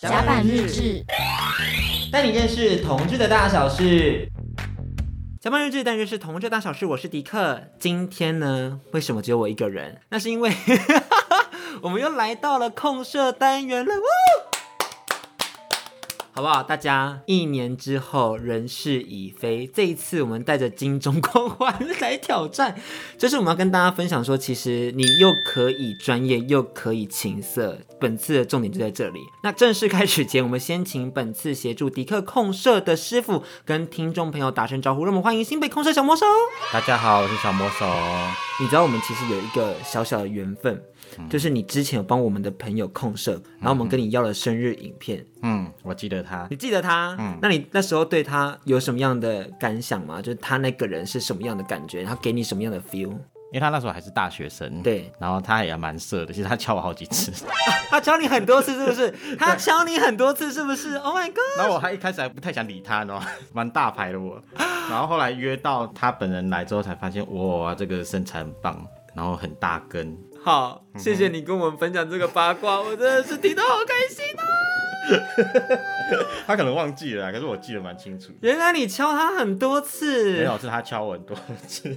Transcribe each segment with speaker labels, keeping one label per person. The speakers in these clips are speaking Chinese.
Speaker 1: 甲板日志，
Speaker 2: 带你认识同志的大小事。甲板日志，带你认识同志的大小事。我是迪克，今天呢，为什么只有我一个人？那是因为 我们又来到了控社单元了，呜！好不好？大家一年之后人事已非，这一次我们带着金钟光环来挑战，这是我们要跟大家分享说，其实你又可以专业，又可以情色。本次的重点就在这里。那正式开始前，我们先请本次协助迪克控社的师傅跟听众朋友打声招呼，让我们欢迎新北控社小魔手。
Speaker 3: 大家好，我是小魔手。
Speaker 2: 你知道我们其实有一个小小的缘分，就是你之前有帮我们的朋友控社，然后我们跟你要了生日影片，
Speaker 3: 嗯，我记得他
Speaker 2: 你记得他？
Speaker 3: 嗯
Speaker 2: 那你那时候对他有什么样的感想吗？就是他那个人是什么样的感觉，然后给你什么样的 feel？
Speaker 3: 因为他那时候还是大学生，
Speaker 2: 对，
Speaker 3: 然后他也蛮色的，其实他敲我好几次，
Speaker 2: 他教你很多次是不是？他教你很多次是不是？Oh my god！
Speaker 3: 然后我还一开始还不太想理他，呢， 蛮大牌的我，然后后来约到他本人来之后，才发现哇，这个身材很棒，然后很大根，
Speaker 2: 好，谢谢你跟我们分享这个八 卦，我真的是听到好开心
Speaker 3: 嗯
Speaker 2: 哦。
Speaker 3: 他可能忘记了啦，啊可是我记得蛮清楚。
Speaker 2: 原来你敲他很多
Speaker 3: 没
Speaker 2: 次，
Speaker 3: 有，是他敲我很多 次，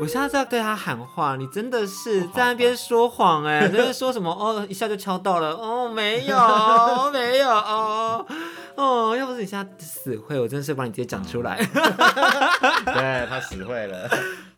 Speaker 2: 我下次要对他喊话，你真的是在那边说谎 哎、就是说什么哦，一下就敲到了哦，没有没有哦哦，要不是你现在死会，我真的是把你直接讲出来。
Speaker 3: 对他死会了。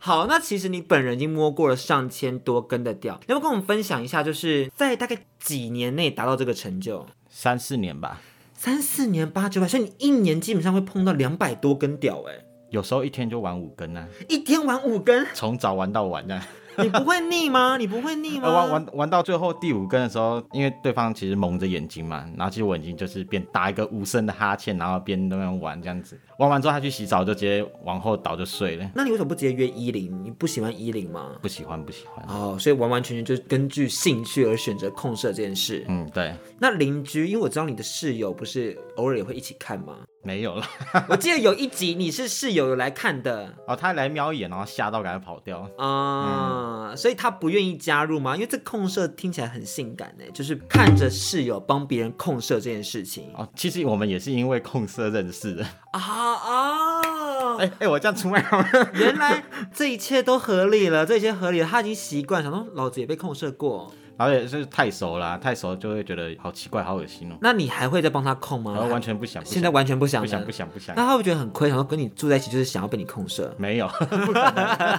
Speaker 2: 好，那其实你本人已经摸过了上千多根的钓，要不要跟我们分享一下，就是在大概几年内达到这个成就？
Speaker 3: 三四年吧，
Speaker 2: 三四年八九百，所以你一年基本上会碰到两百多根屌哎、
Speaker 3: 有时候一天就玩五根啊，
Speaker 2: 一天玩五根，
Speaker 3: 从早玩到晚啊。
Speaker 2: 你不会腻吗？你不会腻吗？
Speaker 3: 呃， 玩玩玩到最后第五根的时候，因为对方其实蒙着眼睛嘛，然后其实我已经就是边打一个无声的哈欠，然后边那样玩这样子。玩完之后他去洗澡，就直接往后倒就睡了。
Speaker 2: 那你为什么不直接约一零？你不喜欢一零吗？
Speaker 3: 不喜欢，不喜欢。
Speaker 2: 哦，所以完完全全就是根据兴趣而选择控射这件事。
Speaker 3: 嗯，对，
Speaker 2: 那邻居，因为我知道你的室友不是偶尔也会一起看吗？
Speaker 3: 没有了。
Speaker 2: 我记得有一集你是室友有来看的
Speaker 3: 哦，他来瞄一眼，然后吓到赶快跑掉。嗯
Speaker 2: 啊、所以他不愿意加入吗？因为这控射听起来很性感呢，就是看着室友帮别人控射这件事情
Speaker 3: 哦，其实我们也是因为控色认识的。
Speaker 2: 啊啊！
Speaker 3: 哎哎、我这样出卖他们。
Speaker 2: 原来这一切都合理了，这一切合理了，他已经习惯，想说老子也被控射过，
Speaker 3: 然后也是太熟啦、太熟就会觉得好奇怪、好恶心哦、
Speaker 2: 那你还会再帮他控吗？
Speaker 3: 然呃后完全不想，不想
Speaker 2: 哦现在完全不想
Speaker 3: 不
Speaker 2: 了
Speaker 3: 想不想不想
Speaker 2: 那，他会不会觉得很亏？想说跟你住在一起就是想要被你控射。
Speaker 3: 没有，不可能，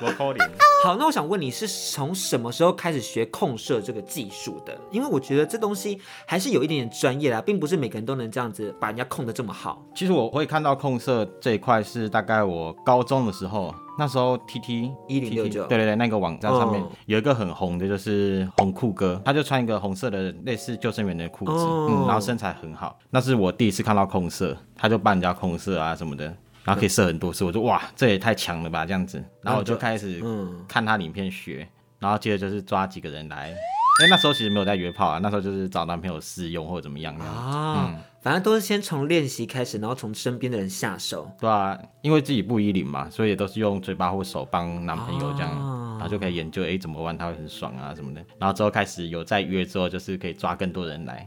Speaker 3: 我扣脸。
Speaker 2: 好，那我想问你是从什么时候开始学控射这个技术的？因为我觉得这东西还是有一点点专业啦，并不是每个人都能这样子把人家控得这么好。
Speaker 3: 其实我会看到控色这一块是大概我高中的时候，那时候 T T
Speaker 2: 1069
Speaker 3: 对对对，那个网站上面
Speaker 2: 嗯
Speaker 3: 有一个很红的，就是红裤哥，他就穿一个红色的类似救生员的裤子，
Speaker 2: 哦
Speaker 3: 嗯，然后身材很好，那是我第一次看到控色，他就帮人家控色啊什么的，然后可以射很多次，我就哇，这也太强了吧这样子，然后我就开始
Speaker 2: 嗯，
Speaker 3: 看他影片学，然后接着就是抓几个人来，哎，那时候其实没有在约炮啊，那时候就是找男朋友试用或者怎么样这样子
Speaker 2: 啊，反正都是先从练习开始，然后从身边的人下手。
Speaker 3: 对啊，因为自己不依领嘛，所以也都是用嘴巴或手帮男朋友这样，
Speaker 2: 哦
Speaker 3: 然后就可以研究诶哎怎么玩他会很爽啊什么的。然后之后开始有再约之后，就是可以抓更多人来，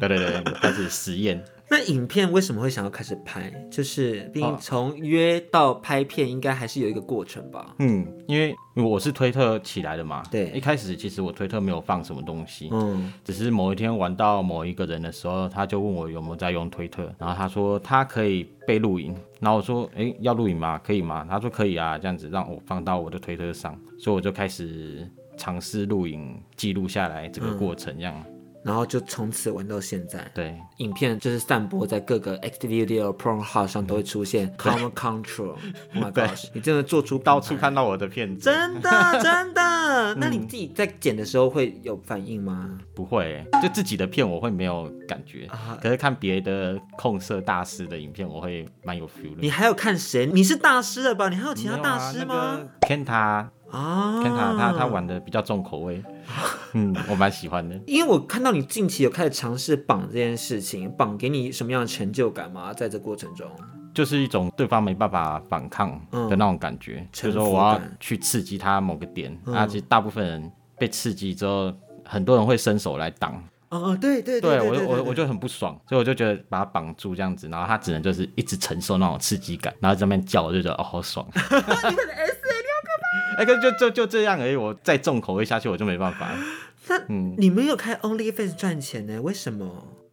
Speaker 3: 对对对，开始实验。
Speaker 2: 那影片为什么会想要开始拍？就是毕竟
Speaker 3: 哦
Speaker 2: 从约到拍片，应该还是有一个过程吧。
Speaker 3: 嗯，因为我是推特起来的嘛，
Speaker 2: 对
Speaker 3: 一开始其实我推特没有放什么东西，
Speaker 2: 嗯，
Speaker 3: 只是某一天玩到某一个人的时候，他就问我有没有在用推特，然后他说他可以被录影，然后我说诶要录影吗？可以吗？他说可以啊，这样子让我放到我的推特上，所以我就开始尝试录影记录下来这个过程，这样、
Speaker 2: 然后就从此玩到现在。
Speaker 3: 对。
Speaker 2: 影片就是散播在各个 Xvideo、Pornhub 上都会出现 Common Control。Oh my
Speaker 3: 嗯对
Speaker 2: gosh！你真的做出
Speaker 3: 到
Speaker 2: 刀
Speaker 3: 处嗯看到我的片子，
Speaker 2: 真 的真的。那你自己在剪的时候会有反应吗？
Speaker 3: 不会、就自己的片我会没有感觉，
Speaker 2: 啊
Speaker 3: 可是看别的控色大师的影片，我会蛮有 feel 的。
Speaker 2: 你还有看谁？你是大师了吧？你还有其他
Speaker 3: 没有
Speaker 2: 大
Speaker 3: 啊
Speaker 2: 师吗？？
Speaker 3: 那个 Kenta
Speaker 2: 啊，
Speaker 3: 看他他他。玩的比较重口 味，嗯，我蛮喜欢的。
Speaker 2: 因为我看到你近期有开始尝试绑这件事情，绑给你什么样的成就感吗？在这过程中，
Speaker 3: 就是一种对方没办法反抗的那种感觉，就是
Speaker 2: 嗯臣
Speaker 3: 说
Speaker 2: 服
Speaker 3: 我要
Speaker 2: 感
Speaker 3: 去刺激他某个点，啊
Speaker 2: 嗯
Speaker 3: 那、其实大部分人被刺激之后，很多人会伸手来挡，
Speaker 2: 哦，对对
Speaker 3: 对
Speaker 2: 对
Speaker 3: 我就我我
Speaker 2: 就
Speaker 3: 就很不爽，所以我就觉得把他绑住这样子，然后他只能就是一直承受那种刺激感，然后在那边叫，我就觉得哦 好爽。哎、可是就就就这样而已，我再重口味下去我就没办法了。嗯，
Speaker 2: 你们有开 OnlyFans 赚钱呢？为什么？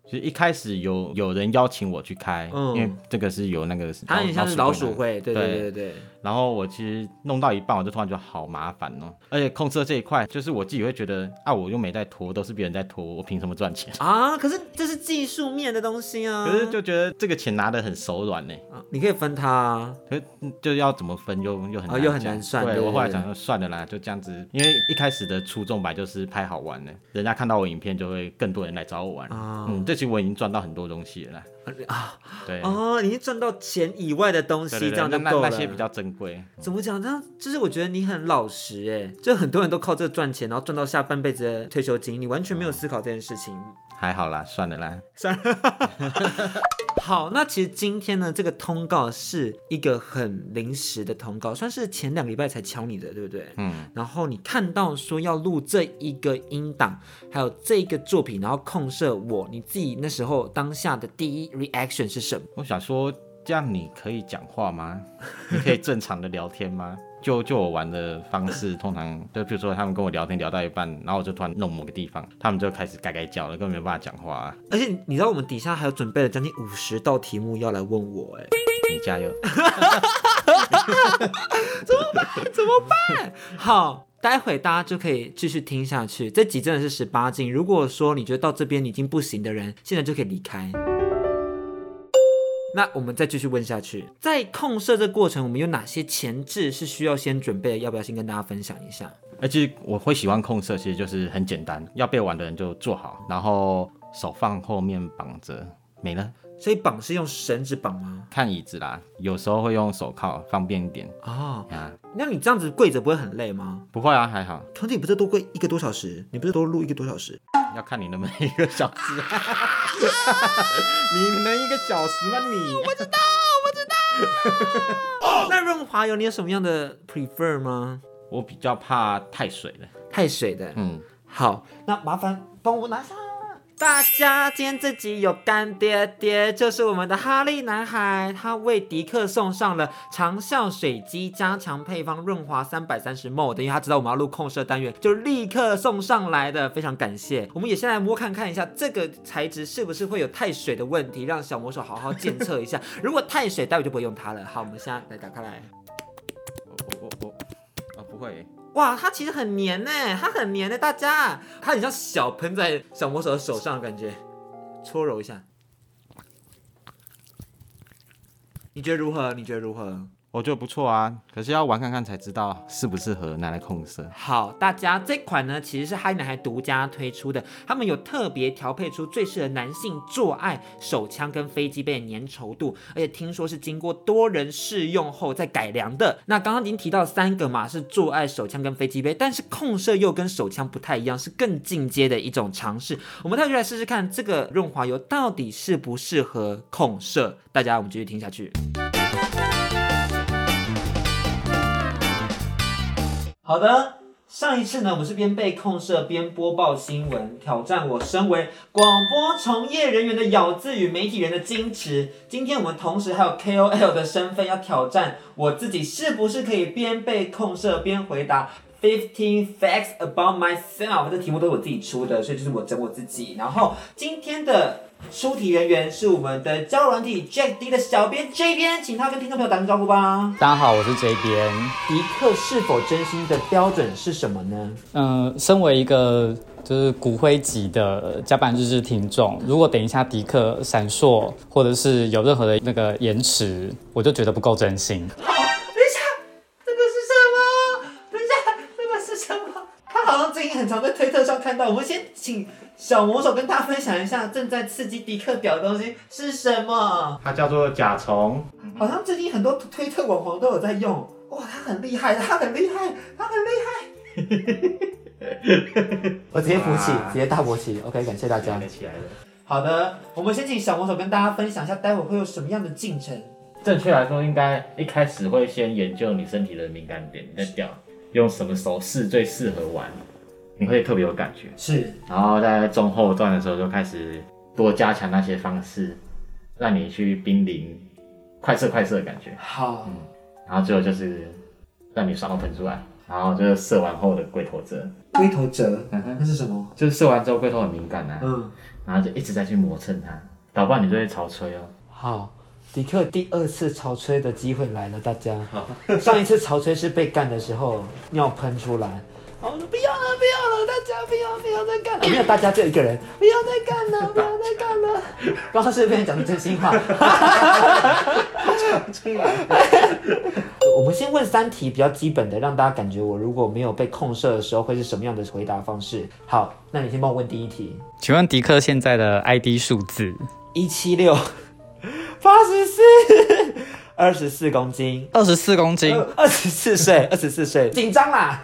Speaker 3: 其实一开始有有人邀请我去开，
Speaker 2: 嗯
Speaker 3: 因为这个是有那个
Speaker 2: 它很像是老鼠会，对对
Speaker 3: 对
Speaker 2: 对对对。
Speaker 3: 然后我其实弄到一半，我就突然觉得好麻烦哦，而且控车这一块，就是我自己会觉得啊，我又没在拖，都是别人在拖，我凭什么赚钱？
Speaker 2: 啊，可是这是技术面的东西啊。
Speaker 3: 可是就觉得这个钱拿得很手软呢，
Speaker 2: 啊你可以分它啊，
Speaker 3: 可是就要怎么分又又很难
Speaker 2: 哦
Speaker 3: 讲、
Speaker 2: 又很难算
Speaker 3: 对
Speaker 2: 对
Speaker 3: 我
Speaker 2: 对
Speaker 3: 后来
Speaker 2: 对
Speaker 3: 想说算了啦，就这样子，因为一开始的初衷吧就是拍好玩的，人家看到我影片就会更多人来找我玩。
Speaker 2: 啊
Speaker 3: 嗯，这期我已经赚到很多东西了啦。啊，对，
Speaker 2: 哦，你是赚到钱以外的东西，
Speaker 3: 对对
Speaker 2: 这
Speaker 3: 对
Speaker 2: 样就
Speaker 3: 那
Speaker 2: 够了。
Speaker 3: 那那些比较珍贵。
Speaker 2: 怎么讲？这样就是我觉得你很老实哎，就很多人都靠这赚钱，然后赚到下半辈子的退休金，你完全
Speaker 3: 嗯
Speaker 2: 没有思考这件事情。
Speaker 3: 还好啦，算了啦。
Speaker 2: 好，那其实今天呢，这个通告是一个很临时的通告，算是前两个礼拜才敲你的，对不对？
Speaker 3: 嗯，
Speaker 2: 然后你看到说要录这一个音档，还有这个作品，然后控射我，你自己那时候当下的第一 reaction 是什么？
Speaker 3: 我想说，这样你可以讲话吗？ 你可以正常的聊天吗？就就我玩的方式，通常就比如说他们跟我聊天聊到一半，然后我就突然弄某个地方，他们就开始嘎嘎叫了，根本没办法讲话、啊。
Speaker 2: 而且你知道我们底下还有准备了将近五十道题目要来问我，哎，
Speaker 3: 你加油。
Speaker 2: 好。待会大家就可以继续听下去，这集真的是十八禁。如果说你觉得到这边已经不行的人，现在就可以离开。那我们再继续问下去，在控射这过程，我们有哪些前置是需要先准备的？要不要先跟大家分享一下？
Speaker 3: 而且我会喜欢控色，其实就是很简单，要被玩的人就做好，然后手放后面绑着，没了。
Speaker 2: 所以绑是用绳子绑吗？
Speaker 3: 看椅子啦，有时候会用手铐，方便一点
Speaker 2: 哦，
Speaker 3: 啊。
Speaker 2: 那你这样子跪着不会很累吗？
Speaker 3: 不会啊，还好，
Speaker 2: 团体不是多跪一个多小时，你不是多录一个多小时？
Speaker 3: 要看你能不能一个小时。你能一个小时吗？你
Speaker 2: 那润滑油你有什么样的 prefer 吗？
Speaker 3: 我比较怕太水了。
Speaker 2: 太水的。
Speaker 3: 嗯，
Speaker 2: 好，那麻烦帮我拿上。大家今天这集有干爹爹，就是我们的哈利男孩，他为迪克送上了长效水机加强配方润滑三百三十 ml 的，因为他知道我们要录控射单元，就立刻送上来的，非常感谢。我们也先来摸看看一下这个材质是不是会有太水的问题，让小魔手好好检测一下。如果太水，待会就不会用它了。好，我们现在来打开来。
Speaker 3: 我我我我啊不会耶，
Speaker 2: 哇，它其实很黏呢，它很黏呢，大家，它很像小喷在小魔手的手上的感觉，搓揉一下。你觉得如何？你觉得如何？
Speaker 3: 我觉得不错啊，可是要玩看看才知道适不适合拿来控色。
Speaker 2: 好，大家这款呢其实是嗨男孩独家推出的，他们有特别调配出最适合男性做爱、手枪跟飞机杯的粘稠度，而且听说是经过多人试用后再改良的。那刚刚已经提到三个嘛，是做爱、手枪跟飞机杯，但是控射又跟手枪不太一样，是更进阶的一种尝试。我们待会就来试试看这个润滑油到底适不适合控射。大家，我们继续听下去。好的，上一次呢，我们是边被控社边播报新闻，挑战我身为广播从业人员的咬字与媒体人的矜持。今天我们同时还有 KOL 的身份，要挑战我自己是不是可以边被控社边回答。Fifteen facts about myself，这题目都是我自己出的，所以就是我整我自己。然后今天的出题人员是我们的交友软体 Jack D 的小编 J 编，请他跟听众朋友打声招呼吧。
Speaker 4: 大家好，我是 J 边。
Speaker 2: 迪克是否真心的标准是什么呢？
Speaker 4: 嗯、身为一个就是骨灰级的加班日志听众，如果等一下迪克闪烁，或者是有任何的那个延迟，我就觉得不够真心。
Speaker 2: 等一下，这个是什么？等一下，这个是什么？他好像最近很常在推特上看到。我们先请小魔手跟大家分享一下正在刺激迪克屌的东西是什么。
Speaker 3: 它叫做甲虫，
Speaker 2: 好像最近很多推特网红都有在用。哇，他很厉害，他很厉害，他很厉害。 我直接勃起，直接大勃起。OK，感谢大家。
Speaker 3: 起来了。
Speaker 2: 好的，我们先请小魔手跟大家分享一下，待会会有什么样的进程。
Speaker 3: 正确来说，应该一开始会先研究你身体的敏感点，你的屌用什么手势最适合玩，你会特别有感觉。
Speaker 5: 是
Speaker 3: 然后在中后段的时候就开始多加强那些方式，让你去濒临快射快射的感觉。
Speaker 5: 好，
Speaker 3: 然后最后就是让你双头喷出来，然后就是射完后的龟头折，
Speaker 5: 龟头折，
Speaker 2: 嗯
Speaker 5: 那是什么？
Speaker 3: 就是射完之后龟头很敏感啊，
Speaker 5: 嗯，
Speaker 3: 然后就一直在去磨蹭它，搞不好你就会潮吹哦。
Speaker 2: 好，迪克第二次潮吹的机会来了，大家。 上一次潮吹是被干的时候尿喷出来，哦，我说不要了，不要了，大家不要不要再干啊了，没有大家只有一个人，不要再干了，不要再干 了。刚刚是被人讲的真心 话。我们先问三题比较基本的，让大家感觉我如果没有被控射的时候会是什么样的回答方式。好，那你先帮我问第一题，
Speaker 4: 请问迪克现在的 ID 数字？
Speaker 2: 一七六，八十四，二十四公斤，
Speaker 4: 二十四公斤。
Speaker 2: 二十四岁，二十四岁，哎紧张啦。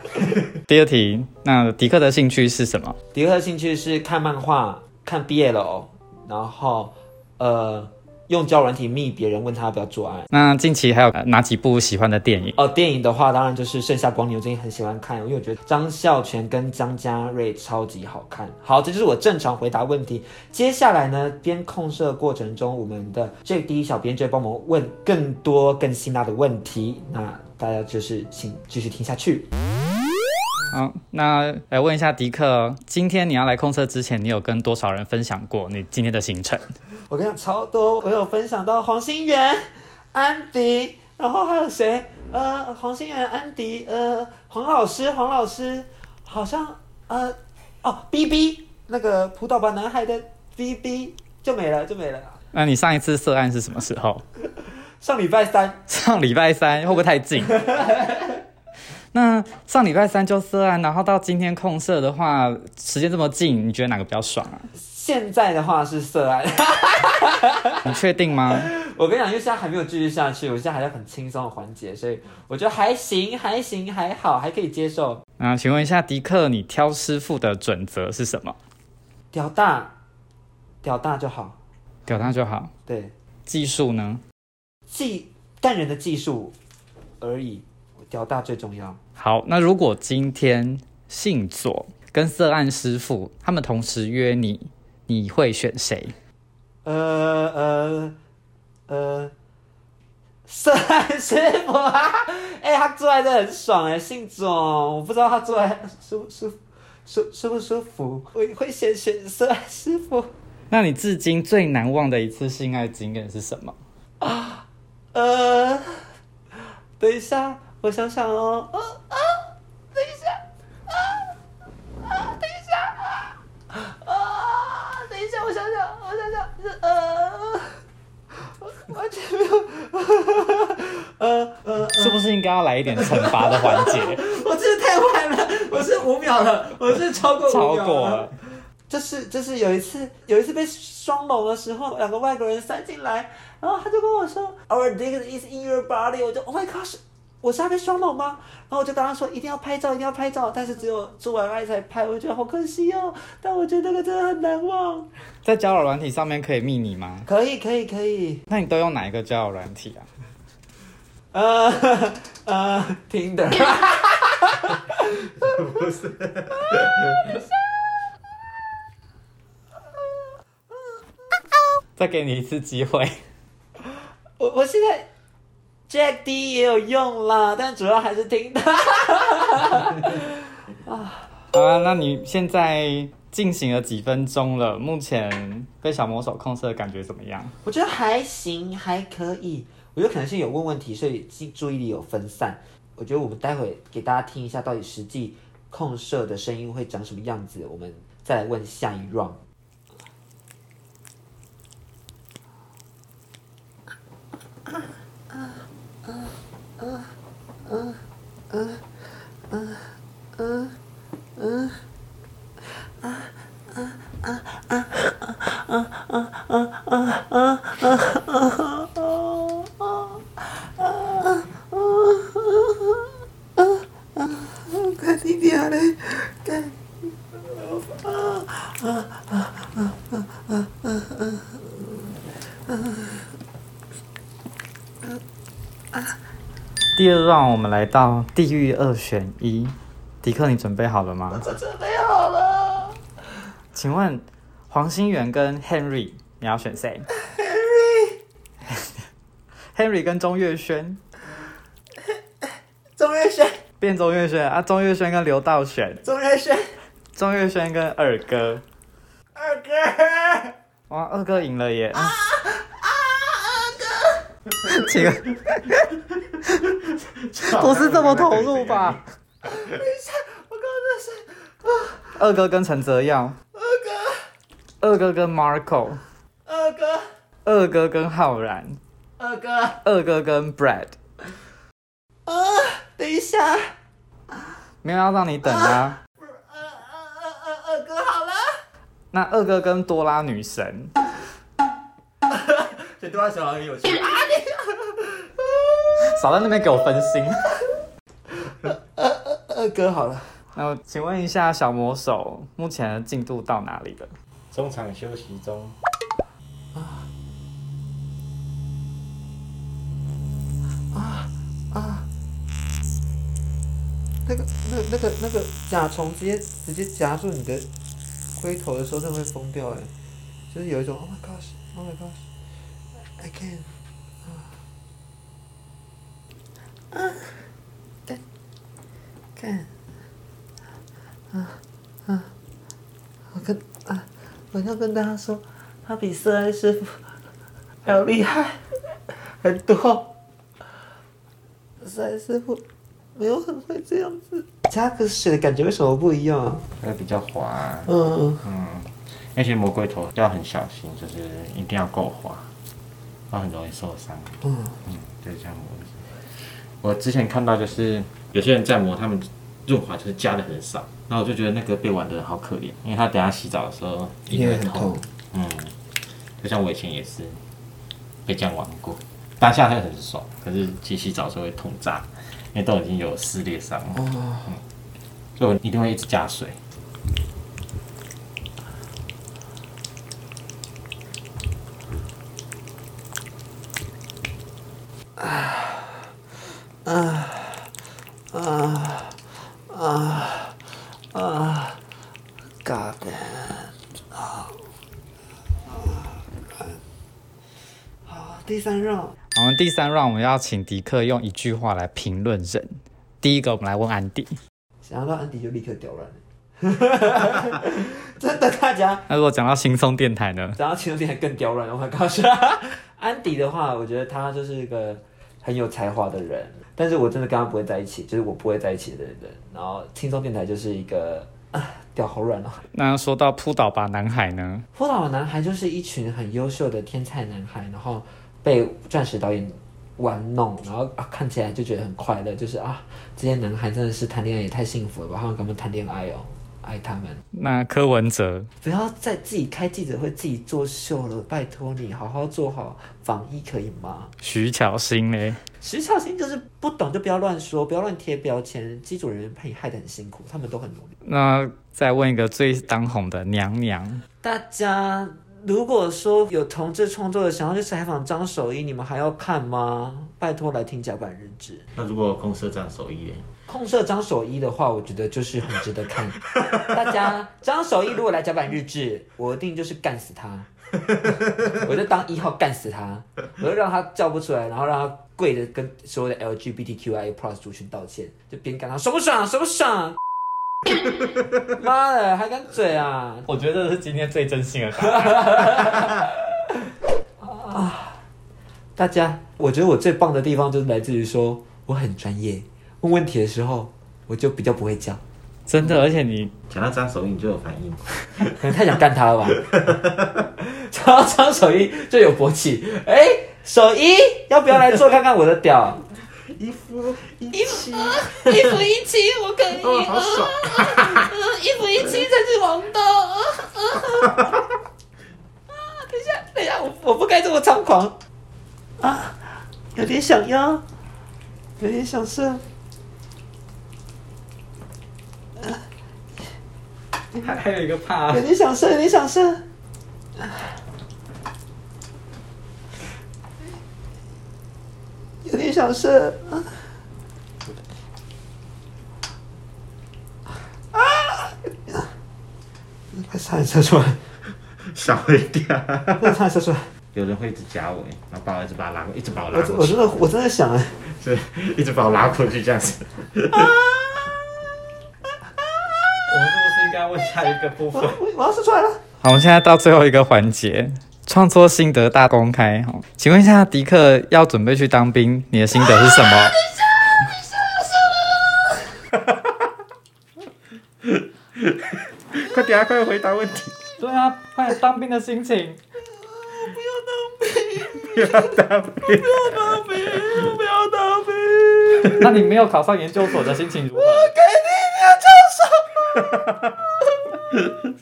Speaker 4: 第二题，那迪克的兴趣是什么？
Speaker 2: 迪克的兴趣是看漫画、看 BL，然后呃，用交友软体密别人问他要不要做爱。
Speaker 4: 那近期还有呃哪几部喜欢的电影？
Speaker 2: 哦，电影的话，当然就是《盛夏光年》，我最近很喜欢看，因为我觉得张孝全跟张家瑞超级好看。好，这就是我正常回答问题。接下来呢，边控射过程中，我们的 JD 小编就会帮我们问更多更辛辣的问题。那大家就是请继续听下去。
Speaker 4: 好，那来问一下迪克，今天你要来控车之前，你有跟多少人分享过你今天的行程？
Speaker 2: 我跟你讲超多，我有分享到黄心源、安迪，然后还有谁？呃，黄心源、安迪，呃，黄老师，黄老师好像呃，哦，B B 那个葡萄牙男孩的 B B 就没了，就没了。
Speaker 4: 那你上一次涉案是什么时候？
Speaker 2: 上礼拜三，
Speaker 4: 上礼拜三会不会太近？那上礼拜三就涉案，然后到今天控社的话，时间这么近，你觉得哪个比较爽啊？
Speaker 2: 现在的话是色案。
Speaker 4: 你确定吗？
Speaker 2: 我跟你讲，因为现在还没有继续下去，我现在还在很轻松的环节，所以我觉得还行，还行，还好，还可以接受。
Speaker 4: 那请问一下迪克，你挑师傅的准则是什么？
Speaker 2: 屌大，屌大就好，
Speaker 4: 屌他就好。
Speaker 2: 对。
Speaker 4: 技术呢？
Speaker 2: 技干人的技术而已，屌大最重要。
Speaker 4: 好，那如果今天信左跟涉案师傅他们同时约你，你会选谁？
Speaker 2: 呃呃呃，色案师傅啊，哎、他做爱真的很爽哎、姓总，我不知道他做爱舒舒舒舒不舒服，我会先选色案师傅。
Speaker 4: 那你至今最难忘的一次性爱经验是什么？
Speaker 2: 呃，等一下，我想想哦，呃啊，等一下，呃啊啊，等一下，啊啊，等一下，我想想，我想想，是呃，我完全没有，呃呃，
Speaker 4: 是不是应该要来一点惩罚的环节？
Speaker 2: 我真的太晚了，我是五秒了，我是超过
Speaker 4: 超
Speaker 2: 五秒
Speaker 4: 过了。
Speaker 2: 就是就是有一次有一次被双猛的时候，两个外国人塞进来，然后他就跟我说 Our dick is in your body，我就 Oh my gosh，我是要被双猛吗？然后我就跟他说一定要拍照，一定要拍照，但是只有做完爱才拍，我觉得好可惜哦。但我觉得那个真的很难忘。
Speaker 4: 在交友软体上面可以密你吗？
Speaker 2: 可以可以可以，
Speaker 4: 那你都用哪一个交友软体啊？
Speaker 2: 呃呃，Tinder，
Speaker 4: 再给你一次机会，
Speaker 2: 我我现在 Jack D 也有用啦，但主要还是 Tinder。
Speaker 4: 好啊，那你现在进行了几分钟了？目前被小魔手控制的感觉怎么样？
Speaker 2: 我觉得还行，还可以。我觉得可能是有问问题，所以注注意力有分散。我觉得我们待会给大家听一下，到底实际控射的声音会长什么样子，我们再来问下一 round。快一点啊嘞！
Speaker 4: 第二 round 我们来到地狱二选一，迪克，你准备好了吗？
Speaker 2: 我准备好
Speaker 4: 请问黄心源跟 Henry，你要选谁？Henry，Henry 跟钟岳轩
Speaker 5: 钟瑞轩，
Speaker 4: 变钟岳轩啊，钟岳轩跟刘道选，
Speaker 5: 钟瑞轩，
Speaker 4: 钟岳轩跟二哥，
Speaker 5: 二哥，二
Speaker 4: 哇，二哥赢了耶！啊哥，请问不是这么投入吧？二哥跟陈泽耀，
Speaker 5: 哥，
Speaker 4: 二哥跟 Marco，
Speaker 5: 二哥，
Speaker 4: 二哥跟浩然，
Speaker 5: 二哥，
Speaker 4: 二哥跟 Brad，
Speaker 5: 啊，等一下，
Speaker 4: 没有要让你等 啊。
Speaker 5: 二二二二二哥好了，
Speaker 4: 那二哥跟多拉女神，
Speaker 5: 这对话小狼很有趣。
Speaker 4: 少在那边给我分心。
Speaker 5: 二哥好了，
Speaker 4: 那我请问一下，小魔手目前的进度到哪里了？
Speaker 6: 中场休息中，
Speaker 2: 那个、那、那个、那个甲虫直接直接夹住你的龟头的时候，真的会疯掉哎、就是有一种 Oh my gosh, Oh my gosh, I can。t 啊，干，干，啊啊，我跟啊，我要跟大家说，他比色爱师傅还要厉害很多。色爱师傅没有很会这样子。加个水的感觉为什么不一样啊？
Speaker 6: 那个比较滑、啊，
Speaker 2: 嗯，
Speaker 3: 那些魔鬼头要很小心，就是一定要够滑，它很容易受伤。嗯嗯，对，这样磨。我之前看到就是有些人在磨，他们润滑就是加的很少，那我就觉得那个被玩的人好可怜，因为他等下洗澡的时候一定会
Speaker 2: 也很
Speaker 3: 痛
Speaker 2: 痛。
Speaker 3: 嗯，就像我以前也是被这样玩过，当下会很爽，可是其实洗澡的时候会痛炸，因为都已经有撕裂伤了。嗯，
Speaker 2: 哦
Speaker 3: 所以我一定会一直加水。
Speaker 2: 嘎的。好，第三 round，
Speaker 4: 我们第三 round 我们要请迪克用一句话来评论人。第一个，我们来问安迪。
Speaker 2: 想到安迪就立刻屌乱，真的，大家
Speaker 4: 那如果讲到轻松电台呢？
Speaker 2: 然后其中点更刁乱，我很高兴。安迪的话，我觉得他就是一个很有才华的人，但是我真的跟他不会在一起，就是我不会在一起的人。然后轻松电台就是一个啊，屌好软哦。
Speaker 4: 那说到扑倒吧男孩呢？
Speaker 2: 扑倒的男孩就是一群很优秀的天才男孩，然后被钻石导演玩弄，然后、啊、看起来就觉得很快乐，就是啊，这些男孩真的是谈恋爱也太幸福了吧，好想跟他们谈恋爱哦，爱他们。
Speaker 4: 那柯文哲，
Speaker 2: 不要再自己开记者会、自己作秀了，拜托你好好做好防疫可以吗？
Speaker 4: 徐巧芯嘞？
Speaker 2: 石巧心就是不懂就不要乱说，不要乱贴标签，机组人员被你害得很辛苦，他们都很努力。
Speaker 4: 那再问一个最当红的娘娘，
Speaker 2: 大家如果说有同志创作的想要去采访张守一，你们还要看吗？拜托来听甲板日志。
Speaker 3: 那如果公社长手艺嘞？
Speaker 2: 控社张守一的话，我觉得就是很值得看。大家张守一如果来甲板日志，我一定就是干死他， 我就当一号干死他，我就让他叫不出来，然后让他跪着跟所有的 LGBTQI plus 族群道歉，就边干他爽不爽，爽不爽？ 妈的，还敢嘴啊！
Speaker 4: 我觉得这是今天最真心的。
Speaker 2: 大家，我觉得我最棒的地方就是来自于说我很专业，问问题的时候我就比较不会叫，
Speaker 4: 真的，而且你
Speaker 3: 讲到张手艺，你就有反应。
Speaker 2: 可能太想干他了吧。 然后张守一就有勃起，哎、守一要不要来做看看我的屌？
Speaker 6: 一夫一妻，
Speaker 1: 一夫一妻，我可以，
Speaker 6: 哦，好爽！
Speaker 1: 呃一夫一妻才是王道。呃呃啊，等一下，
Speaker 2: 哎呀，我我不该这么猖狂啊！有点想要，有点想射，
Speaker 4: 还还有一个怕
Speaker 2: 啊有点想射，有点想射。啊有点想射啊！啊啊！快射！差点射出来，
Speaker 3: 少一点。
Speaker 2: 我真的差点射出来。
Speaker 3: 有人会一直夹我，欸然后把我一直把我拉过，一直把我拉
Speaker 2: 我
Speaker 3: 过去，
Speaker 2: 哦我真的我真的想哎，
Speaker 3: 对，一直把我拉过去这样子。我们是不是应该问下一个
Speaker 2: 我
Speaker 3: 部 分？
Speaker 2: 我我要射出来了。
Speaker 4: 好，我们现在到最后一个环节，创作心得大公开。好，请问一下，迪克要准备去当兵，你的心得是什么？
Speaker 3: 快点啊，快点回答问题！
Speaker 4: 对啊，快点当兵的心情。不 要当兵，不要当兵，不要当兵，不要当兵。那你没有考上研究所的心情如何？我肯定要上。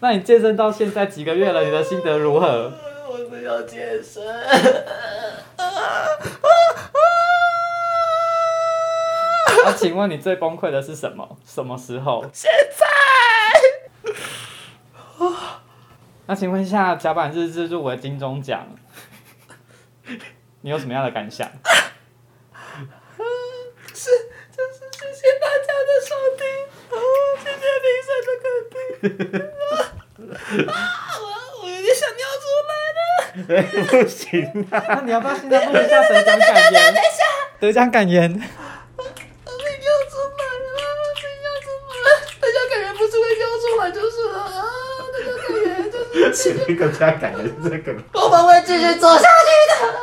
Speaker 4: 那你健身到现在几个月了？你的心得如何？那、请问你最崩溃的是什么？什么时候？现在。那请问一下，甲板日志入围金钟奖，你有什么样的感想？
Speaker 1: 我有点想尿出来了。
Speaker 3: 不行啊，
Speaker 4: 那你要不要现在录一下得奖感言？得奖感言。
Speaker 1: 我被尿出来了，我被尿出来了。大家感觉不是会尿出来就是了啊，大家感觉就是
Speaker 3: 请一个加感觉是这个。
Speaker 1: 我们会继续走下去的。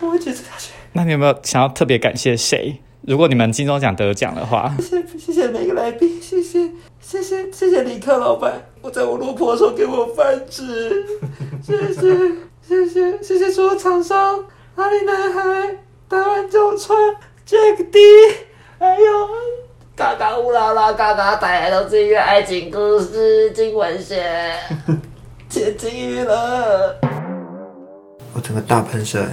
Speaker 2: 我会觉得下去。
Speaker 4: 那你有没有想要特别感谢谁？如果你们金钟奖得奖的话，
Speaker 2: 谢谢谢谢每个来宾，谢谢谢谢谢谢李克老板，我在我落魄的时候给我饭吃，谢谢谢谢谢谢所有厂商，阿里男孩、台湾旧川、Jack D，还有
Speaker 1: 嘎嘎乌拉拉，嘎嘎带来都是一个爱情故事，金文学。
Speaker 2: 姐金鱼了，我整个大喷射。欸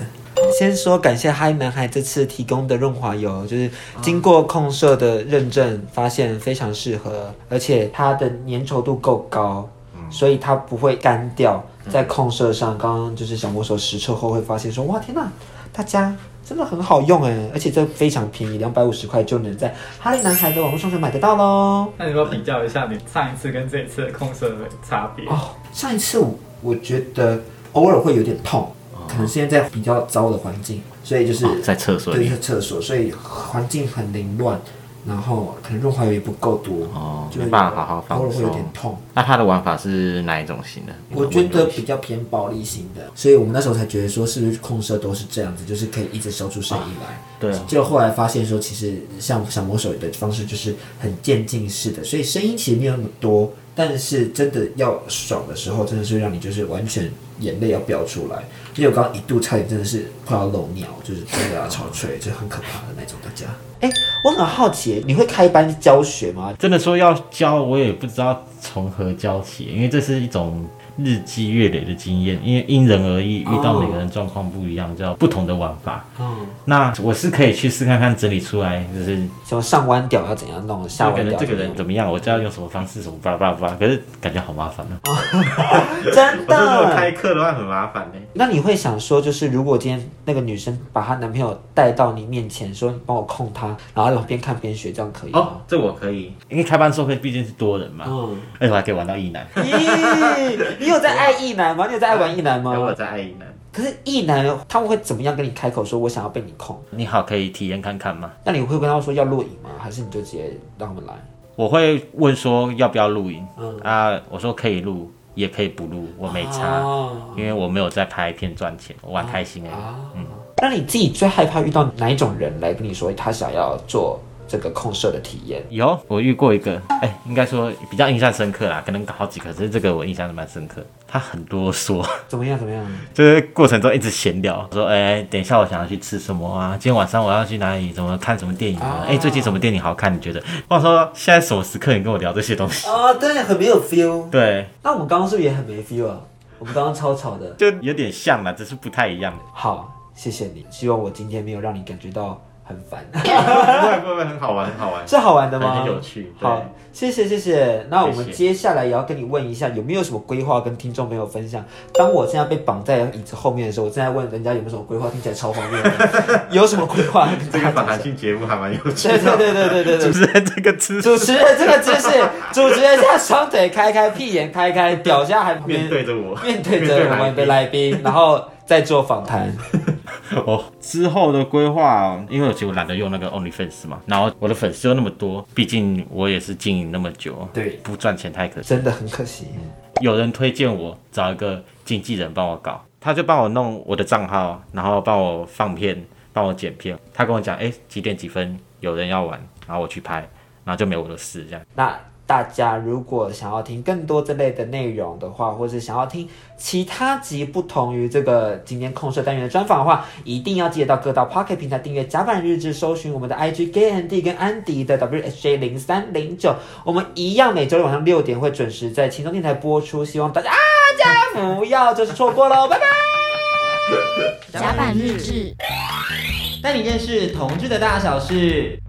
Speaker 2: 先说感谢嗨男孩这次提供的润滑油，就是经过控社的认证，发现非常适合，而且它的粘稠度够高，所以它不会干掉。在控社上，刚刚就是小魔手实测后会发现说，哇天呐，大家真的很好用哎，而且这非常便宜，两百五十块就能在哈利男孩的网络商城买得到喽。
Speaker 4: 那你有比较一下你上一次跟这一次的控色的差别
Speaker 2: 哦，上一次我我觉得偶尔会有点痛，可能是因为在比较糟的环境，所以就是、
Speaker 3: 哦在厕所
Speaker 2: 对，
Speaker 3: 里
Speaker 2: 在厕所，所以环境很凌乱，然后可能润滑油也不够多，
Speaker 3: 哦
Speaker 2: 就是
Speaker 3: 没办法好好放
Speaker 2: 偶尔会有
Speaker 3: 松
Speaker 2: 点痛。
Speaker 3: 那它的玩法是哪一种型的？
Speaker 2: 我觉得比较偏暴力型的，所以我们那时候才觉得说，是不是控射都是这样子，就是可以一直收出声音来。
Speaker 3: 对啊
Speaker 2: 就后来发现说，其实像小魔手的方式就是很渐进式的，所以声音其实没有那么多，但是真的要爽的时候，真的是让你就是完全眼泪要飙出来。因为我刚刚一度差点真的是快要漏尿，就是真的要潮吹，就很可怕的那种。大家，哎、我很好奇，你会开班教学吗？
Speaker 3: 真的说要教，我也不知道从何教起，因为这是一种日积月累的经验，因为因人而异，遇到每个人状况不一样，叫不同的玩法。
Speaker 2: 嗯，
Speaker 3: 那我是可以去试看看整理出来，就是
Speaker 2: 什么上弯屌要怎样弄，下
Speaker 3: 就可
Speaker 2: 弯
Speaker 3: 能
Speaker 2: 屌
Speaker 3: 这个
Speaker 2: 怎样
Speaker 3: 人怎么样，我知道用什么方式，什么叭叭叭，可是感觉好麻烦啊呢、
Speaker 2: 弄真 的。
Speaker 3: 课的话很麻烦呢、
Speaker 2: 那你会想说，就是如果今天那个女生把她男朋友带到你面前，说你帮我控她，然后边看边学，这样可以
Speaker 3: 哦
Speaker 2: 吗？，
Speaker 3: 这我可以，因为开班授课毕竟是多人嘛，
Speaker 2: 嗯，
Speaker 3: 而且我还可以玩到一男。
Speaker 2: 咦，你有在爱意男吗？你有在爱啊玩意男
Speaker 3: 哎
Speaker 2: 吗？
Speaker 3: 在爱一男，
Speaker 2: 可是意男他们会怎么样跟你开口说，我想要被你控？
Speaker 3: 你好，可以体验看看吗？
Speaker 2: 那你会跟他说要录影吗？还是你就直接让他们来？
Speaker 3: 我会问说要不要录影、
Speaker 2: 嗯
Speaker 3: 啊？我说可以录，也可以不录，我没差，
Speaker 2: 哦
Speaker 3: 因为我没有在拍片赚钱，我玩开心而已。
Speaker 2: 啊，那你自己最害怕遇到哪一种人来跟你说他想要做这个控射的体验？
Speaker 3: 有，我遇过一个，哎、应该说比较印象深刻啦，可能好几个，只是这个我印象是蛮深刻。他很多说，
Speaker 2: 怎么样？怎么样？
Speaker 3: 就是过程中一直闲聊，说，哎、等一下我想要去吃什么啊？今天晚上我要去哪里？怎么看什么电影啊？哎、最近什么电影好看？你觉得？我想说现在什么时刻你跟我聊这些东西？
Speaker 2: 啊，对，很没有 feel。
Speaker 3: 对，
Speaker 2: 那我们刚刚是不是也很没 feel 啊？我们刚刚超吵的。
Speaker 3: 就有点像啦，只是不太一样。
Speaker 2: 好，谢谢你，希望我今天没有让你感觉到。很烦。
Speaker 3: 不会不会，很好玩，很好玩，
Speaker 2: 是好玩的吗？
Speaker 3: 很有趣。对
Speaker 2: 好，谢谢谢谢。那我们
Speaker 3: 谢谢
Speaker 2: 接下来也要跟你问一下，有没有什么规划跟听众朋友分享？当我现在被绑在椅子后面的时候，我正在问人家有没有什么规划，听起来超荒谬的。 有什么规划跟大
Speaker 3: 这个
Speaker 2: 家
Speaker 3: 访
Speaker 2: 分
Speaker 3: 谈
Speaker 2: 享？
Speaker 3: 性节目还蛮有趣
Speaker 2: 对对
Speaker 3: 的。
Speaker 2: 对对对对对。
Speaker 4: 主持人这个姿势，
Speaker 2: 主持人这个姿势，主持人现在双腿开开，屁眼开开，表下还
Speaker 3: 面对着我，
Speaker 2: 面对着我们的来宾，然后再做访谈。
Speaker 3: 哦，之后的规划，因为其实我懒得用那个 OnlyFans 嘛，然后我的粉丝又那么多，毕竟我也是经营那么久，
Speaker 2: 对
Speaker 3: 不赚钱太可惜。
Speaker 2: 真的很可惜，
Speaker 3: 有人推荐我找一个经纪人帮我搞，他就帮我弄我的账号，然后帮我放片，帮我剪片。他跟我讲，哎、几点几分有人要玩，然后我去拍，然后就没我的事这样。
Speaker 2: 那大家如果想要听更多这类的内容的话，或是想要听其他集不同于这个今天控社单元的专访的话，一定要记得到各大 Pocket 平台订阅《甲板日志》，搜寻我们的 IG Gay and D 跟安迪的 WSJ 零三零九。我们一样每周六晚上六点会准时在轻松电台播出，希望大家啊大家不要就是错过喽，拜拜。
Speaker 7: 甲板日志。
Speaker 5: 带你认识同志的大小事。